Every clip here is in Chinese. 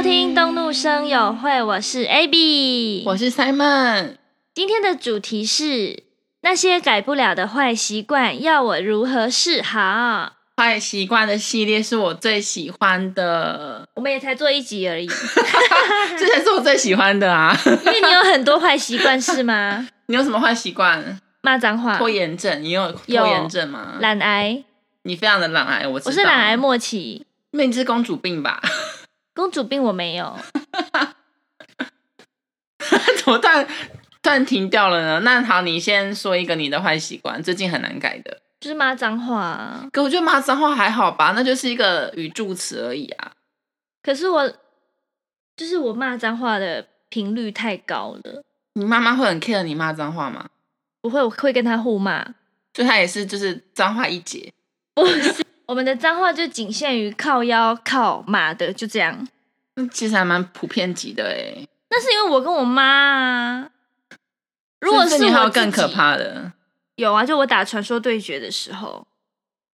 听《东怒生友会》，我是 AB，我是 Simon。今天的主题是那些改不了的坏习惯，要我如何是好？坏习惯的系列是我最喜欢的， 我们也才做一集 而已，这才是我最喜欢的啊！ 因为你有很多坏习惯是吗？你有什么坏习惯？骂脏话、拖延症，你有拖延症吗？懒癌，你非常的懒癌，我我我是懒癌，末期，因为你是公主病吧？ 公主病我没有。怎么突然突然停掉了呢？那好，你先说一个你的坏习惯，最近很难改的。就是骂脏话啊，可我觉得骂脏话还好吧，那就是一个语助词而已啊。可是我就是我骂脏话的频率太高了，你妈妈会很 care 你骂脏话吗？不会，我会跟他互骂。就她也是，就是脏话一姐。我们的脏话就仅限于靠腰、靠马的，就这样。那嗯其实还蛮普遍级的哎、那是因为我跟我妈啊。如果是甚至我你还有自己更可，怕的，有啊，就我打传说对决的时候，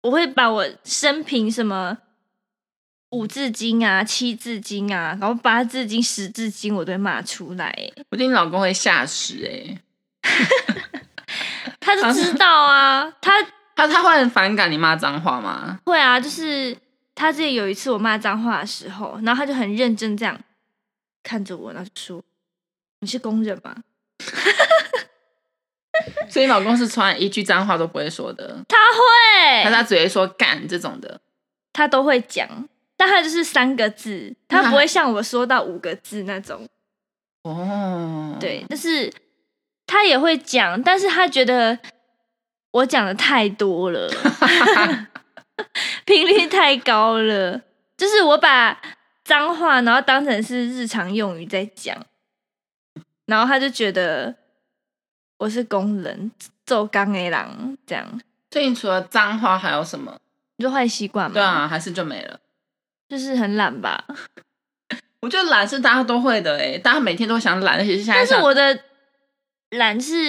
我会把我生平什么五字经啊、七字经啊，然后八字经、十字经，我都会骂出来。我觉得你老公会吓死哎、他就知道啊，他他他会很反感你骂脏话吗？会啊，就是他自己有一次我骂脏话的时候，然后他就很认真这样看着我，然后就说：“你是工人吗所以老公是从来一句脏话都不会说的？”，他会，但他只会说干这种的。他都会讲，但他就是三个字，他不会像我说到五个字那种。哦，对，，但是他也会讲，但是他觉得我讲的太多了， 频率太高了，就是我把脏话然后当成是日常用语在讲，然后他就觉得我是工人，揍刚 A 狼这样，所以你除了脏话还有什么？你说坏习惯嘛？对，啊，还是就没了。就是很懒吧。我觉得懒是大家都会的哎、大家每天都想懒，而且是现在但是想我的懒是，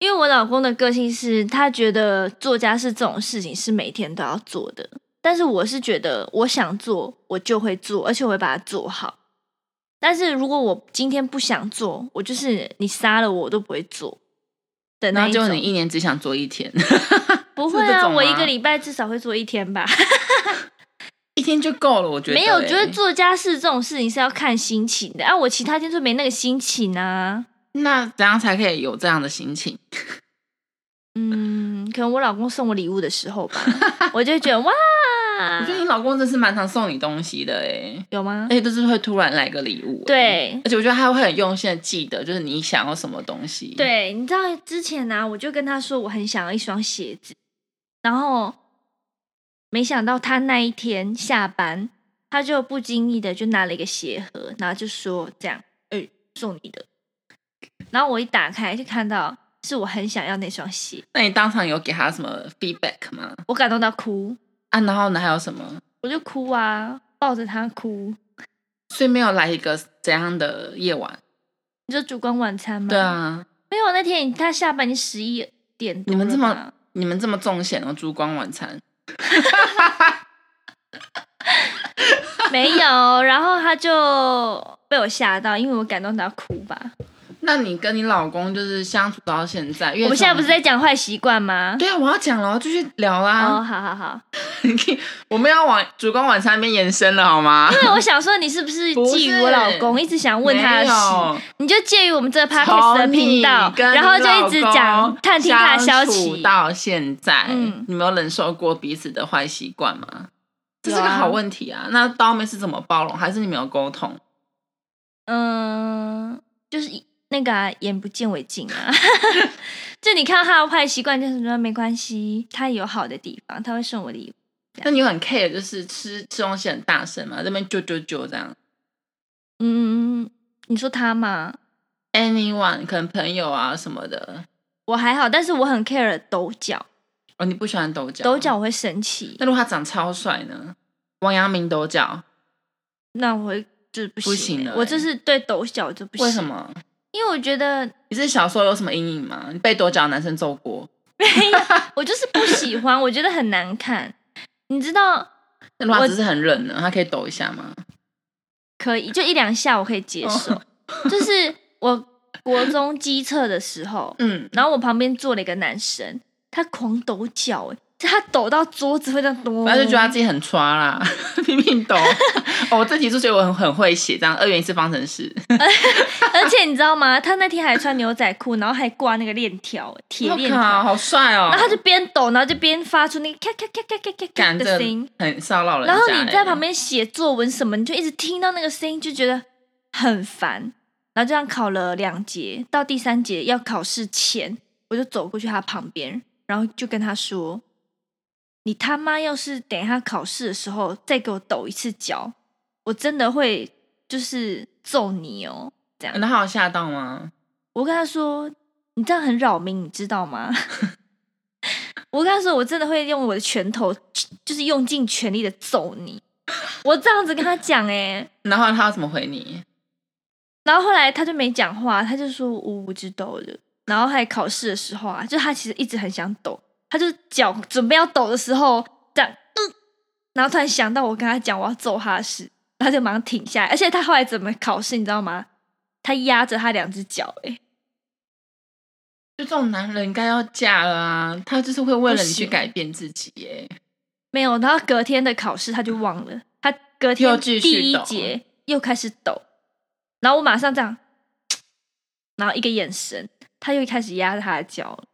因为我老公的个性是他觉得做家事这种事情是每天都要做的，但是我是觉得我想做我就会做，而且我会把它做好。但是如果我今天不想做，我就是你杀了我，我都不会做的然那后一结种。果你一年只想做一天，不会是这啊，种我一吗个礼拜至少会做一天吧。一天就够了，我觉 得、没有，欸觉得做家事这种事情是要看心情的啊。我其他天就没那个心情啊。那怎样才可以有这样的心情？嗯，可能我老公送我礼物的时 候吧，我就会觉得哇，我觉得你老公真是蛮常送你东西的哎、有吗而？且都是会突然来个礼物、欸，对而且我觉得他会很用心的记得，就是你想要什么东西。，对，你知道之前呢、我就跟他说我很想要一双鞋子，然后没想到他那一天下班，他就不经意的就拿了一个鞋盒，然后就说这样，哎、送你的。然后我一打开就看到是我很想要那双鞋，那你当场有给他什么 feedback 吗？我感动到哭，啊，然后呢还有什么？我就哭啊，抱着他哭。所以没有来一个怎样的夜晚？你说烛光晚餐吗？对啊，没有，那天他下班已经十一点多你们了这么吧你们这么重险哦，烛光晚餐。 没有，然后他就被我吓到，因为我感动到哭吧。那你跟你老公就是相处到现在，因为我们现在不是从在讲坏习惯吗？对啊，啊我要讲了，继续聊哦，啦。好好好， 你可以，我们要往烛光晚餐那边延伸了，好吗？因为我想说你是不是不是觊觎我老公，一直想 问他的没事，有你就介于我们这个 podcast 的频道从，你跟然后就一直老讲公探听他的消相处息。到现在，嗯你没有忍受过彼此的坏习惯吗？这是有个啊好问题啊！那到后面是怎么包容？还是你没有沟通？嗯，就是那个、啊、眼不见为净 啊。就你看到他的坏习惯，就是说没关系，他有好的地方，他会送我礼物。那你有很 care 就是吃吃东西很大声嘛，这边啾啾啾这样。嗯，你说他嘛， Anyone 可能朋友啊什么的，我还好，但是我很 care 抖脚，哦，你不喜欢抖脚？抖脚我会生气，那如果他长超帅呢？王阳明抖脚，那我会就是不行,、欸不行了我就是对抖脚就不行。为什？么？因为我觉 得你是小时候有什么阴影吗？你被抖脚的男生揍过？我就是不喜欢，我觉得很难看。你知道，那如果我他只是很冷呢？他可以抖一下吗？可以，就一两下我可以接哦受。就是我国中机测的时候，嗯，然后我旁边坐了一个男生，他狂抖脚、欸，就他抖到桌子会这样咚，反正就觉得他自己很刷啦， 拼命抖。哦，我这题数学我很很会写，这样二元一次方程式， 而且你知道吗？他那天还穿牛仔裤，然后还挂那个链条，铁链条，好帅哦！然后他就边抖，然后就边发出那个咔咔咔咔咔咔咔感的这声音。很骚扰人家然欸。后你在旁边写作文什么，你就一直听到那个声音，就觉得很烦。然后这样考了两节，到第三节要考试前，我就走过去他旁边，然后就跟他说：“你他妈要是等一下考试的时候再给我抖一次脚，我真的会就是揍你哦。”这样，嗯，然后有吓到吗？我跟他说：“你这样很扰民，你知道吗？” 我跟他说：“我真的会用我的拳头，就是用尽全力的揍你。”我这样子跟他讲哎、然后他要怎么回你？然后后来他就没讲话，他就说：“我我知道了。”然后还考试的时候啊，就他其实一直很想抖，他就是脚准备要抖的时候，这样，嗯，然后突然想到我跟他讲我要揍他的事，他就马上停下来。而且他后来怎么考试，你知道吗？他压着他两只脚哎、就这种男人应该要嫁了啊！他就是会为了你不去行改变自己欸耶。没有，然后隔天的考试他就忘了，他隔天又继续第一抖节又开始抖，然后我马上这样，然后一个眼神，他又开始压着他的脚了，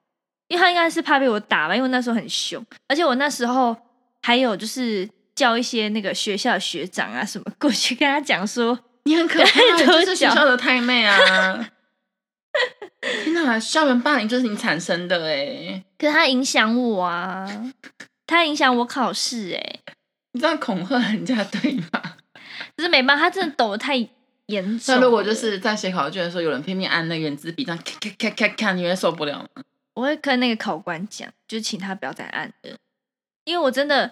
因为他应该是怕被我打吧，因为那时候很凶，而且我那时候还有就是叫一些那个学校的学长啊什么过去跟他讲说，你 很可怕，你多就是学久校的太 妹啊！天哪，校园霸凌就是你产生的哎！可是他影响我啊，他影响我考试哎、你这样恐吓人家对吗？可是没办法，他真的抖得太严重那了。如果就是在写考卷的时候，有人拼命按那个圆珠笔，这样咔咔咔咔咔，你会受不了吗？我会跟那个考官讲，就是请他不要再按了，因为我真的，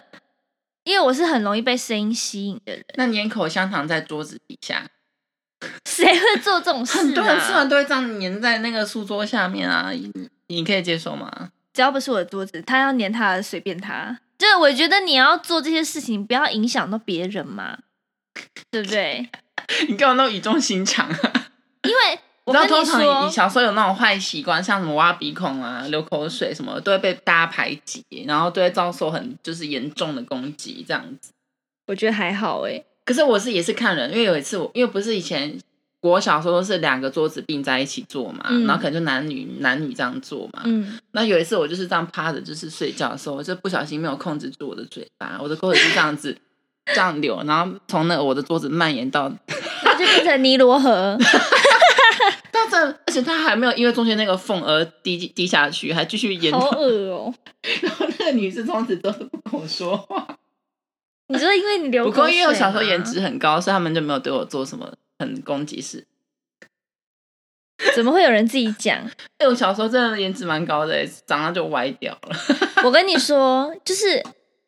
因为我是很容易被声音吸引的人，那粘口香糖在桌子底下，谁会做这种事、啊？很多人吃完都会这样粘在那个书桌下面啊，你你可以接受吗？只要不是我的桌子，他要粘他的随便他。就是我觉得你要做这些事情，不要影响到别人嘛，对不对？你干嘛都语重心长啊？因为我你跟知道，通你常你说，小时候有那种坏习惯，像什么挖鼻孔啊、流口水什么的，都会被大家排挤，然后都会遭受很就是严重的攻击这样子。我觉得还好哎、可是我是也是看人，因为有一次我因为不是以前国小的时候都是两个桌子并在一起坐嘛，嗯然后可能就男女男女这样坐嘛。嗯，那有一次我就是这样趴着，就是睡觉的时候，我就不小心没有控制住我的嘴巴，我的口水就这样子这样流，然后从那个我的桌子蔓延到那就变成尼 罗河，到这，而且它还没有因为中间那个缝而滴滴下去，还继续延好到恶哦、然后 那个女生从此都不跟我说话。你说因为你流不口水吗，过因为我小时候颜值很高，所以他们就没有对我做什么很攻击式。怎么会有人自己讲？哎、我小时候真的颜值蛮高的、长大就歪掉了。 我跟你说，就是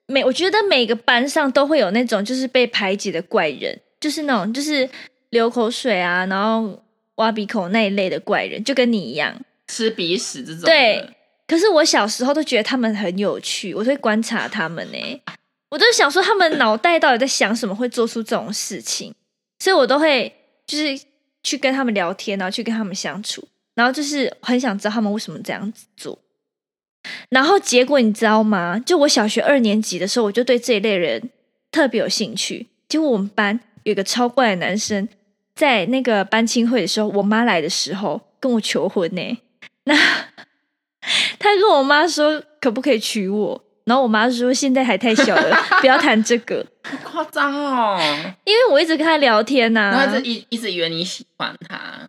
每我觉得每个班上都会有那种就是被排挤的怪人，就是那种就是流口水啊，然后挖鼻孔那一类的怪人，就跟你一样。吃鼻屎这种的，对可是我小时候都觉得他们很有趣，我都会观察他们呢、我就想说他们脑袋到底在想什么，会做出这种事情，所以我都会就是去跟他们聊天，然后去跟他们相处，然后就是很想知道他们为什么这样子做。然后结果你知道吗？就我小学二年级的时候，我就对这一类人特别有兴趣。结果我们班有一个超怪的男生，在那个班亲会的时候，我妈来的时候跟我求婚呢、那他跟我妈说可不可以娶我，然后我妈说现在还太小 了，不要谈这个。好夸张哦。因为我一直跟他聊天啊呐、然后他就一一直以为你喜欢他，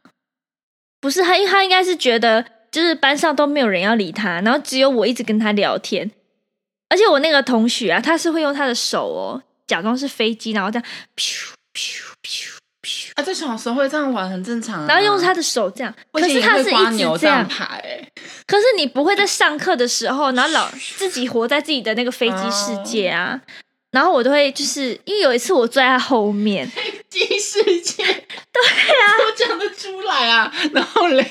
不是他，因为他应该是觉得就是班上都没有人要理他，然后只有我一直跟他聊天。而且我那个同学啊，他是会用他的手哦，假装是飞机，然后这嗯样，咻咻咻咻，啊，在小时候会这样玩很正常、啊。然后用他，的手这样。我可以是前也他会是刮一牛直这样样，爬、欸，可是你不会在上课的时候，然后老自己活在自己的那个飞机世界啊。然后我都会就是因为有一次我坐在他后面，第一世 界，对啊， 都讲得出来啊。然后嘞，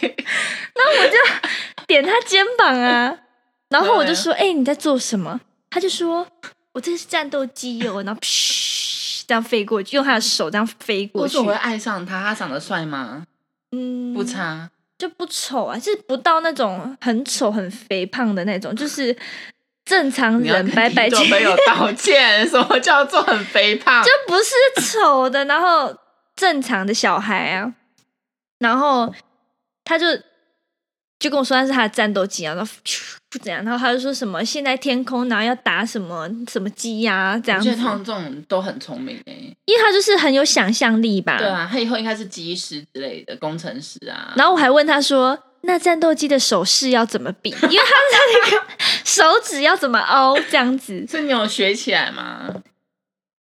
点他肩膀 啊，然后我就对说：“哎、你在做什么？”他就说：“我这是战斗机哦。”然后噗，这样飞过去，用他的手这样飞过或去是，我会爱上他，他长得帅吗？嗯，不差，就不丑啊，就是不到那种很丑很肥胖的那种，就是正常你要嗯人跟白白听众净，朋友道歉，什么叫做很肥胖就？不是丑的，然后正常的小孩啊，然后他就就跟我说那是他的战斗机啊，然后咻就这样，然后他就说什么现在天空然后要打什么什么机呀、这我样子，觉得因通常这种都很聪明哎、为他就是很有想象力吧。对啊，他以后应该是技师之类的，工程师啊。然后我还问他说。那战斗机的手势要怎么比？因为他的那个 手指要怎么凹这样子，所以你有学起来吗？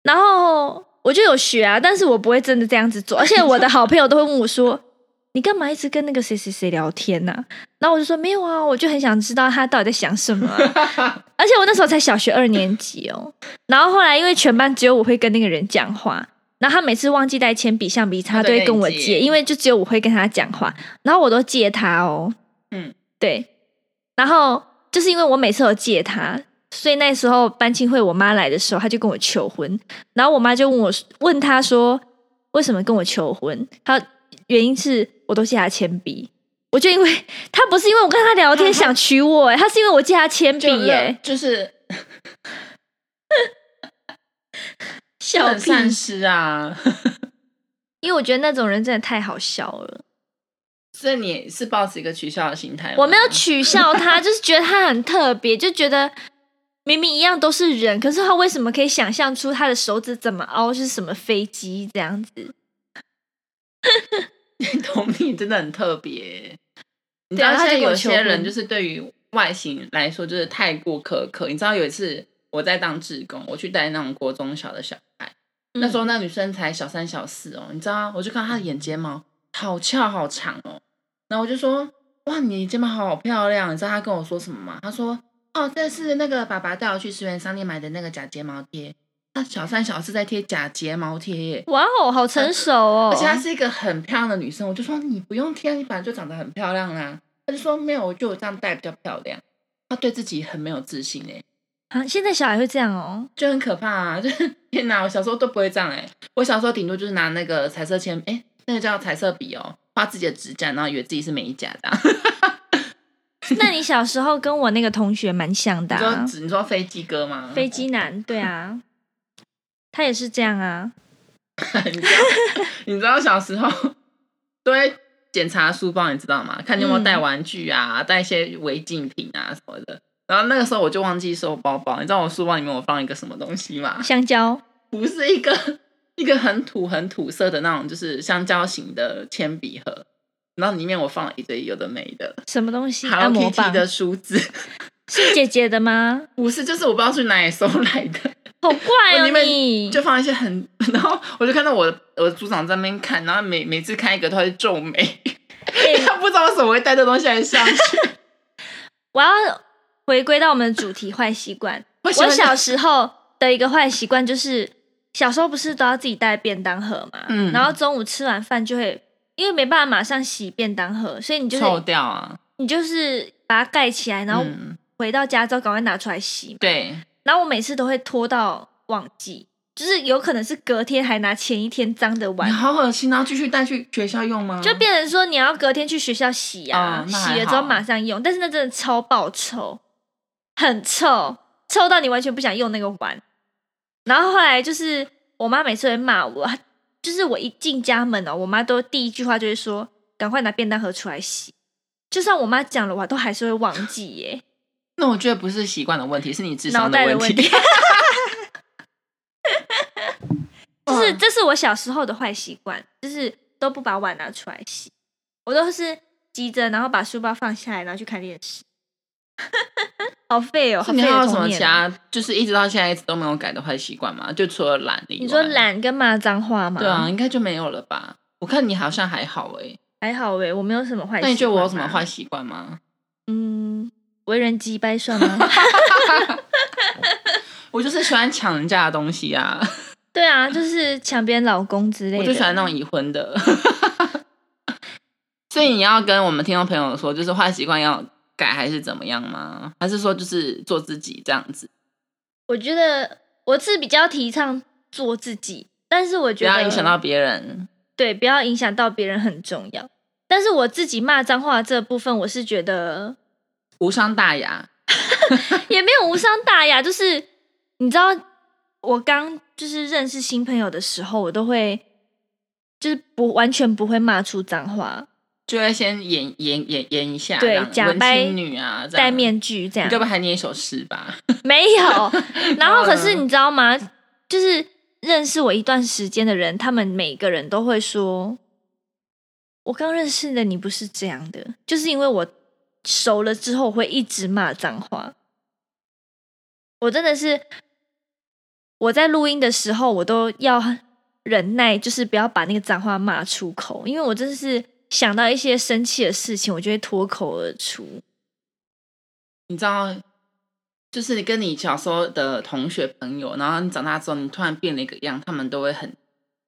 然后我就有学啊，但是我不会真的这样子做，而且我的好朋友都会问我说：“你干嘛一直跟那个谁谁谁聊天呐、然后我就说：“没有啊，我就很想知道他到底在想什么啊、 而且我那时候才小学二年级哦。然后后来因为全班只有我会跟那个人讲话，然后他每次忘记带铅笔、橡皮擦，他他都都会跟跟你我借借，因为就只有我会跟他讲话，然后我都借他哦。嗯，对。然后就是因为我每次有借他，所以那时候班庆会我妈来的时候，他就跟我求婚，然后我妈就问我问他说为什么跟我求婚，他原因是我都借他铅笔。我就因为他不是因为我跟他聊天想娶我、欸，他是因为我借他铅笔欸就耶、乐就是小很屁善事啊。 因为我觉得那种人真的太好笑了。所以你是抱持一个取笑的心态吗？我没有取笑他，就是觉得他很特别，就觉得明明一样都是人，可是他为什么可以想象出他的手指怎么凹是什么飞机这样子？ 同理，真的很特别。你知对啊道现他在就跟我有求些人婚就是对于外形来说就是太过苛刻。你知道有一次我在当志工，我去带那种国中小的小孩，那嗯时候那女生才小三小四哦，你知道啊，我就看她的眼睫毛好翘好长哦，然后我就说哇，你睫毛好漂亮，你知道她跟我说什么吗？她说哦，这是那个爸爸带我去十元商店买的那个假睫毛贴，那小三小四在贴假睫毛贴耶。哇哦，好成熟哦！而且她是一个很漂亮的女生，我就说你不用贴，你本来就长得很漂亮啦。她就说没有，我就有这样戴比较漂亮。她对自己很没有自信哎、啊，现在小孩会这样哦。就很可怕啊！ 就是天哪，我小时候都不会这样哎、我小时候顶多就是拿那个彩色铅，哎、那个叫彩色笔哦，画自己的指甲，然后以为自己是美甲的、啊。那你小时候跟我那个同学蛮像的、 你啊说，指你说飞机哥吗？飞机男，对啊，他也是这样啊。你知道，你知道小时候都会检查书包，你知道吗？看你有没嗯有带玩具啊，带一些违禁品啊什么的。然后那个时候我就忘记收包包，你知道我书包里面我放一个什么东西吗？ 香蕉，不是一个一个很土很土色的那种，就是香蕉型的铅笔盒，然后里面我放了一堆有的没的什么东西？按 Hello 摩 Kitty 棒的梳子， 是姐姐的吗？不是，就是我不知道去哪里搜来的。好怪我哦里面你！就放一些很，然后我就看到我的我的组长在那边看，然后每每次看一个，他就皱眉，哎 他不知道为什么会带这东西来上学。我要回归到我们的主题坏习惯。我喜我欢小时候的一个坏习惯就是，小时候不是都要自己带便当盒嘛，嗯然后中午吃完饭就会，因为没办法马上洗便当盒，所以 你就臭是掉啊，你就是把它盖起来，然后嗯、回到家之后赶快拿出来洗嘛。对，然后我每次都会拖到忘记，就是有可能是隔天还拿前一天脏的你碗。好恶心，然后继续带去学校用吗？就变成说你要隔天去学校洗啊，哦那还洗了之后好马上用，但是那真的超爆臭，很臭，臭到你完全不想用那个碗。然后后来就是我妈每次会骂我，就是我一进家门哦，我妈都第一句话就会说：“赶快拿便当盒出来洗。”就算我妈讲了，我都还是会忘记耶，那我觉得不是习惯的问题，是你智脑商袋的问问 题题。。就是哇这是我小时候的坏习惯，就是都不把碗拿出来洗，我都是急着，然后把书包放下来，然后去看电视。 好废哦，好废是你的还有什童么年其哦。他，就是一直到现在一直都没有改的坏习惯吗？就除了懒以外，你说？懒跟骂脏话吗？对啊，，应该就没有了吧？我看你好像还好哎、还好诶，我没有什么坏。啊那你觉得我有什么坏？习惯吗？嗯，为人鸡掰算吗？ 我就是喜欢抢人家的东西啊，对啊，就是抢别人老公之类我的。就喜欢那种已婚的。 所以你要跟我们听众朋友说，就是坏习惯要改还是怎么样吗？还是说就是做自己这样子？我觉得我是比较提倡做自己，但是我不觉得要影响到别人。对，不要影响到别人很重要。但是我自己骂脏话这部分，我是觉得 无伤大雅，也没有无伤大雅，就是你知道，我刚就是认识新朋友的时候，我都会就是不完全不会骂出脏话，就会先演演演演一下，对这样假文掰青女啊，这样戴，面具这你样该不会还念一首诗吧？ 没 有。然后可是呢你知道吗？就是认识我一段时间的人，他们每个人都会说，我刚认识的你不是这样的，就是因为我熟了之后我会一直骂脏话。我真的是我在录音的时候，我都要忍耐，就是不要把那个脏话骂出口，因为我真的是想到一些生气的事情，我就会脱口而出。你知道，就是跟你小时候的同学朋友，然后你长大之后，你突然变了一个样，他们都会很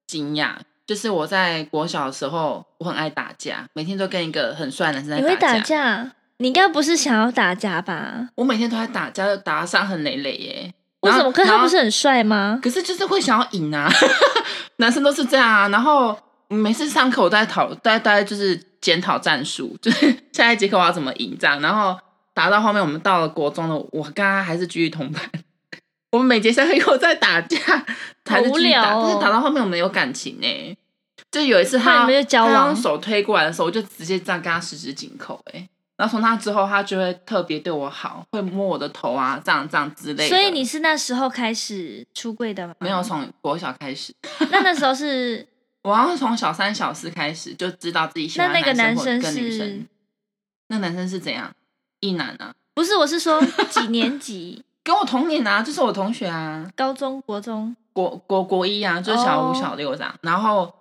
惊讶。就是我在国小的时候，我很爱打架，每天都跟一个很帅的男生在你会打打架？你应该不是想要打架吧？我每天都在打架，打得伤痕累累耶。为然什后么？可是他然后不是很帅吗？可是就是会想要赢啊， 男生都是这样啊。然后每次上课我都在讨，都在都在就是检讨战术， 就是下一节课我要怎么赢这样。然后打到后面，我们到了国中了，我跟他还是继续同班。 我们每节下课又在打架，还是继续打，好无聊哦但是打到后面我们有感情呢、就有一次他那你们就交往他用手推过来的时候，我就直接这样跟他十指紧扣哎、然后从那之后，他就会特别对我好，会摸我的头啊，这样这样之类的。所以你是那时候开始出柜的吗？ 没有。从国小开始，那那时候是我好像是从小三小四开始就知道自 己喜欢那那个男或男生跟女是生。那男生是怎样？一男啊，不是？我是说几年级？跟我同年啊，就是我同学啊，高中、国中？国国国一啊，就是小五、哦小六这样。然后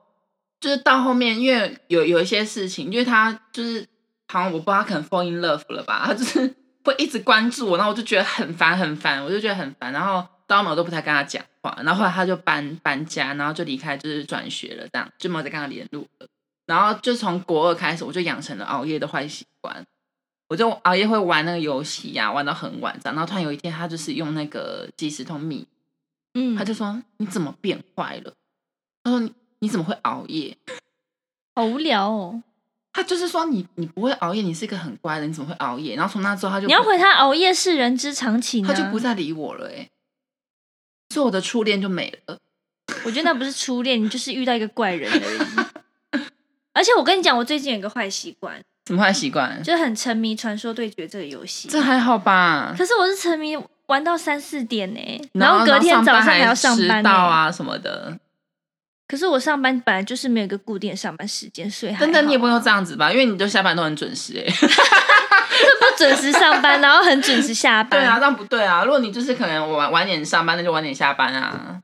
就是到后面，因为有有一些事情，因为他就是好像我不知道他可能 fall in love 了吧，他就是 会一直关注我，然后我就觉得很烦很烦，我就觉得很烦。然后到后面我都不太跟他讲话，然后后来他就搬搬家，然后就离开，就是转学了，这样就没有再跟他联络了。然后就从国二开始，我就养成了熬夜的坏习惯。我就熬夜会玩那个游戏呀、玩到很晚这样。然后突然有一天，他就是用那个即时通密嗯，他就说：“你怎么变坏了？”他说你：“你怎么会熬夜好无聊哦。？”他就是说你：“你不会熬夜，你是一个很乖的，你怎么会熬夜？”然后从那之后，他就你要不回他熬夜是人之常情、啊。他就不， 再理我了、欸。哎，所以我的初恋就没了。我觉得那不是初恋，你就是遇到一个怪人而已。 而且我跟你讲，我最近有一个坏习惯，怎么坏习惯？就是很沉迷《传说对决》这个游戏。这还好吧？可是我是沉迷玩到三四点呢、然后隔天早上还要上迟班、呢。欸到啊什么的。可是我上班本来就是没有一个固定的上班时间，所以还等等，你也不好啊用这样子吧？因为你就下班都很准时、欸。哎，不准时上班，然后很准时下 对班。啊，这样不对啊。如果你就是可能晚晚点上班，那就晚点下班啊。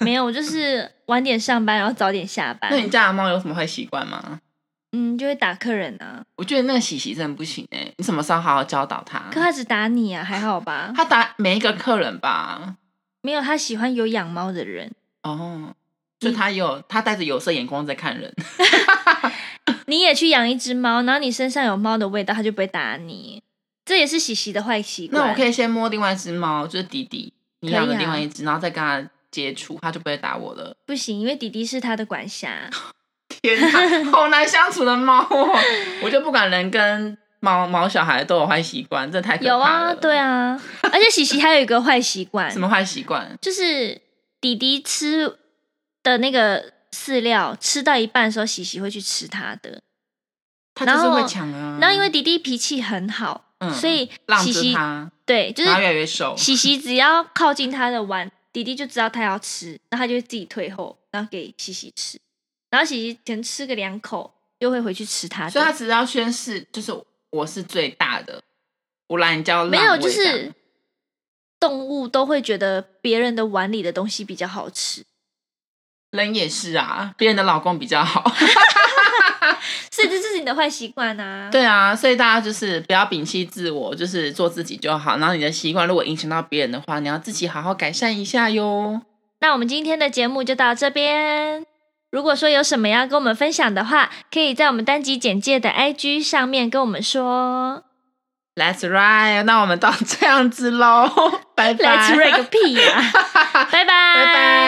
没有，我就是晚点上班，然后早点下班那。你家的猫有什么坏习惯吗？嗯，就会打客人啊，我觉得那个喜喜真的不行哎、你什么时候好好教导他？可他只打你啊，还好吧？他打每一个客人吧，没有，他喜欢有养猫的人。哦，就他有他带着有色眼光在看嗯人，你也去养一只猫，然后你身上有猫的味道，他就不会打你。这也是喜喜的坏习惯。 那我可以先摸另外一只猫，就是迪迪，你可以啊养的另外一只，然后再跟他接触，他就不会打 我了。不行，因为弟弟是他的管辖。天哪，好难相处的猫哦！我就不管人跟猫猫小孩都有坏习惯，这太可怕有啊，了对，啊，而且喜喜还有一个坏习惯，什么坏习惯？就是弟弟吃的那个饲料吃到一半的时候，喜喜会去吃他的。他就是然后会抢啊。然后因为弟弟脾气很好，嗯所以让喜着喜他，对，就然后越来是越瘦。喜喜只要靠近他的碗，弟弟就知道他要吃，然后他就会自己退后，然后给喜喜吃。然后喜喜可能吃个两口，又会回去吃他的。所以他只要宣誓，就是我是最大的，我来你叫没有，就让我也是动物都会觉得别人的碗里的东西比较好吃，当人也是啊，别人的老公比较好。 所以这就是你的坏习惯啊。对啊，所以大家就是不要摒弃自我，就是做自己就好。然后你的习惯如果影响到别人的话，你要自己好好改善一下哟。那我们今天的节目就到这边。如果说有什么要跟我们分享的话，可以在我们单集简介的 IG 上面跟我们说。 That's right，那我们到这样子喽，拜拜 Let's r a 个屁呀、拜拜，拜拜。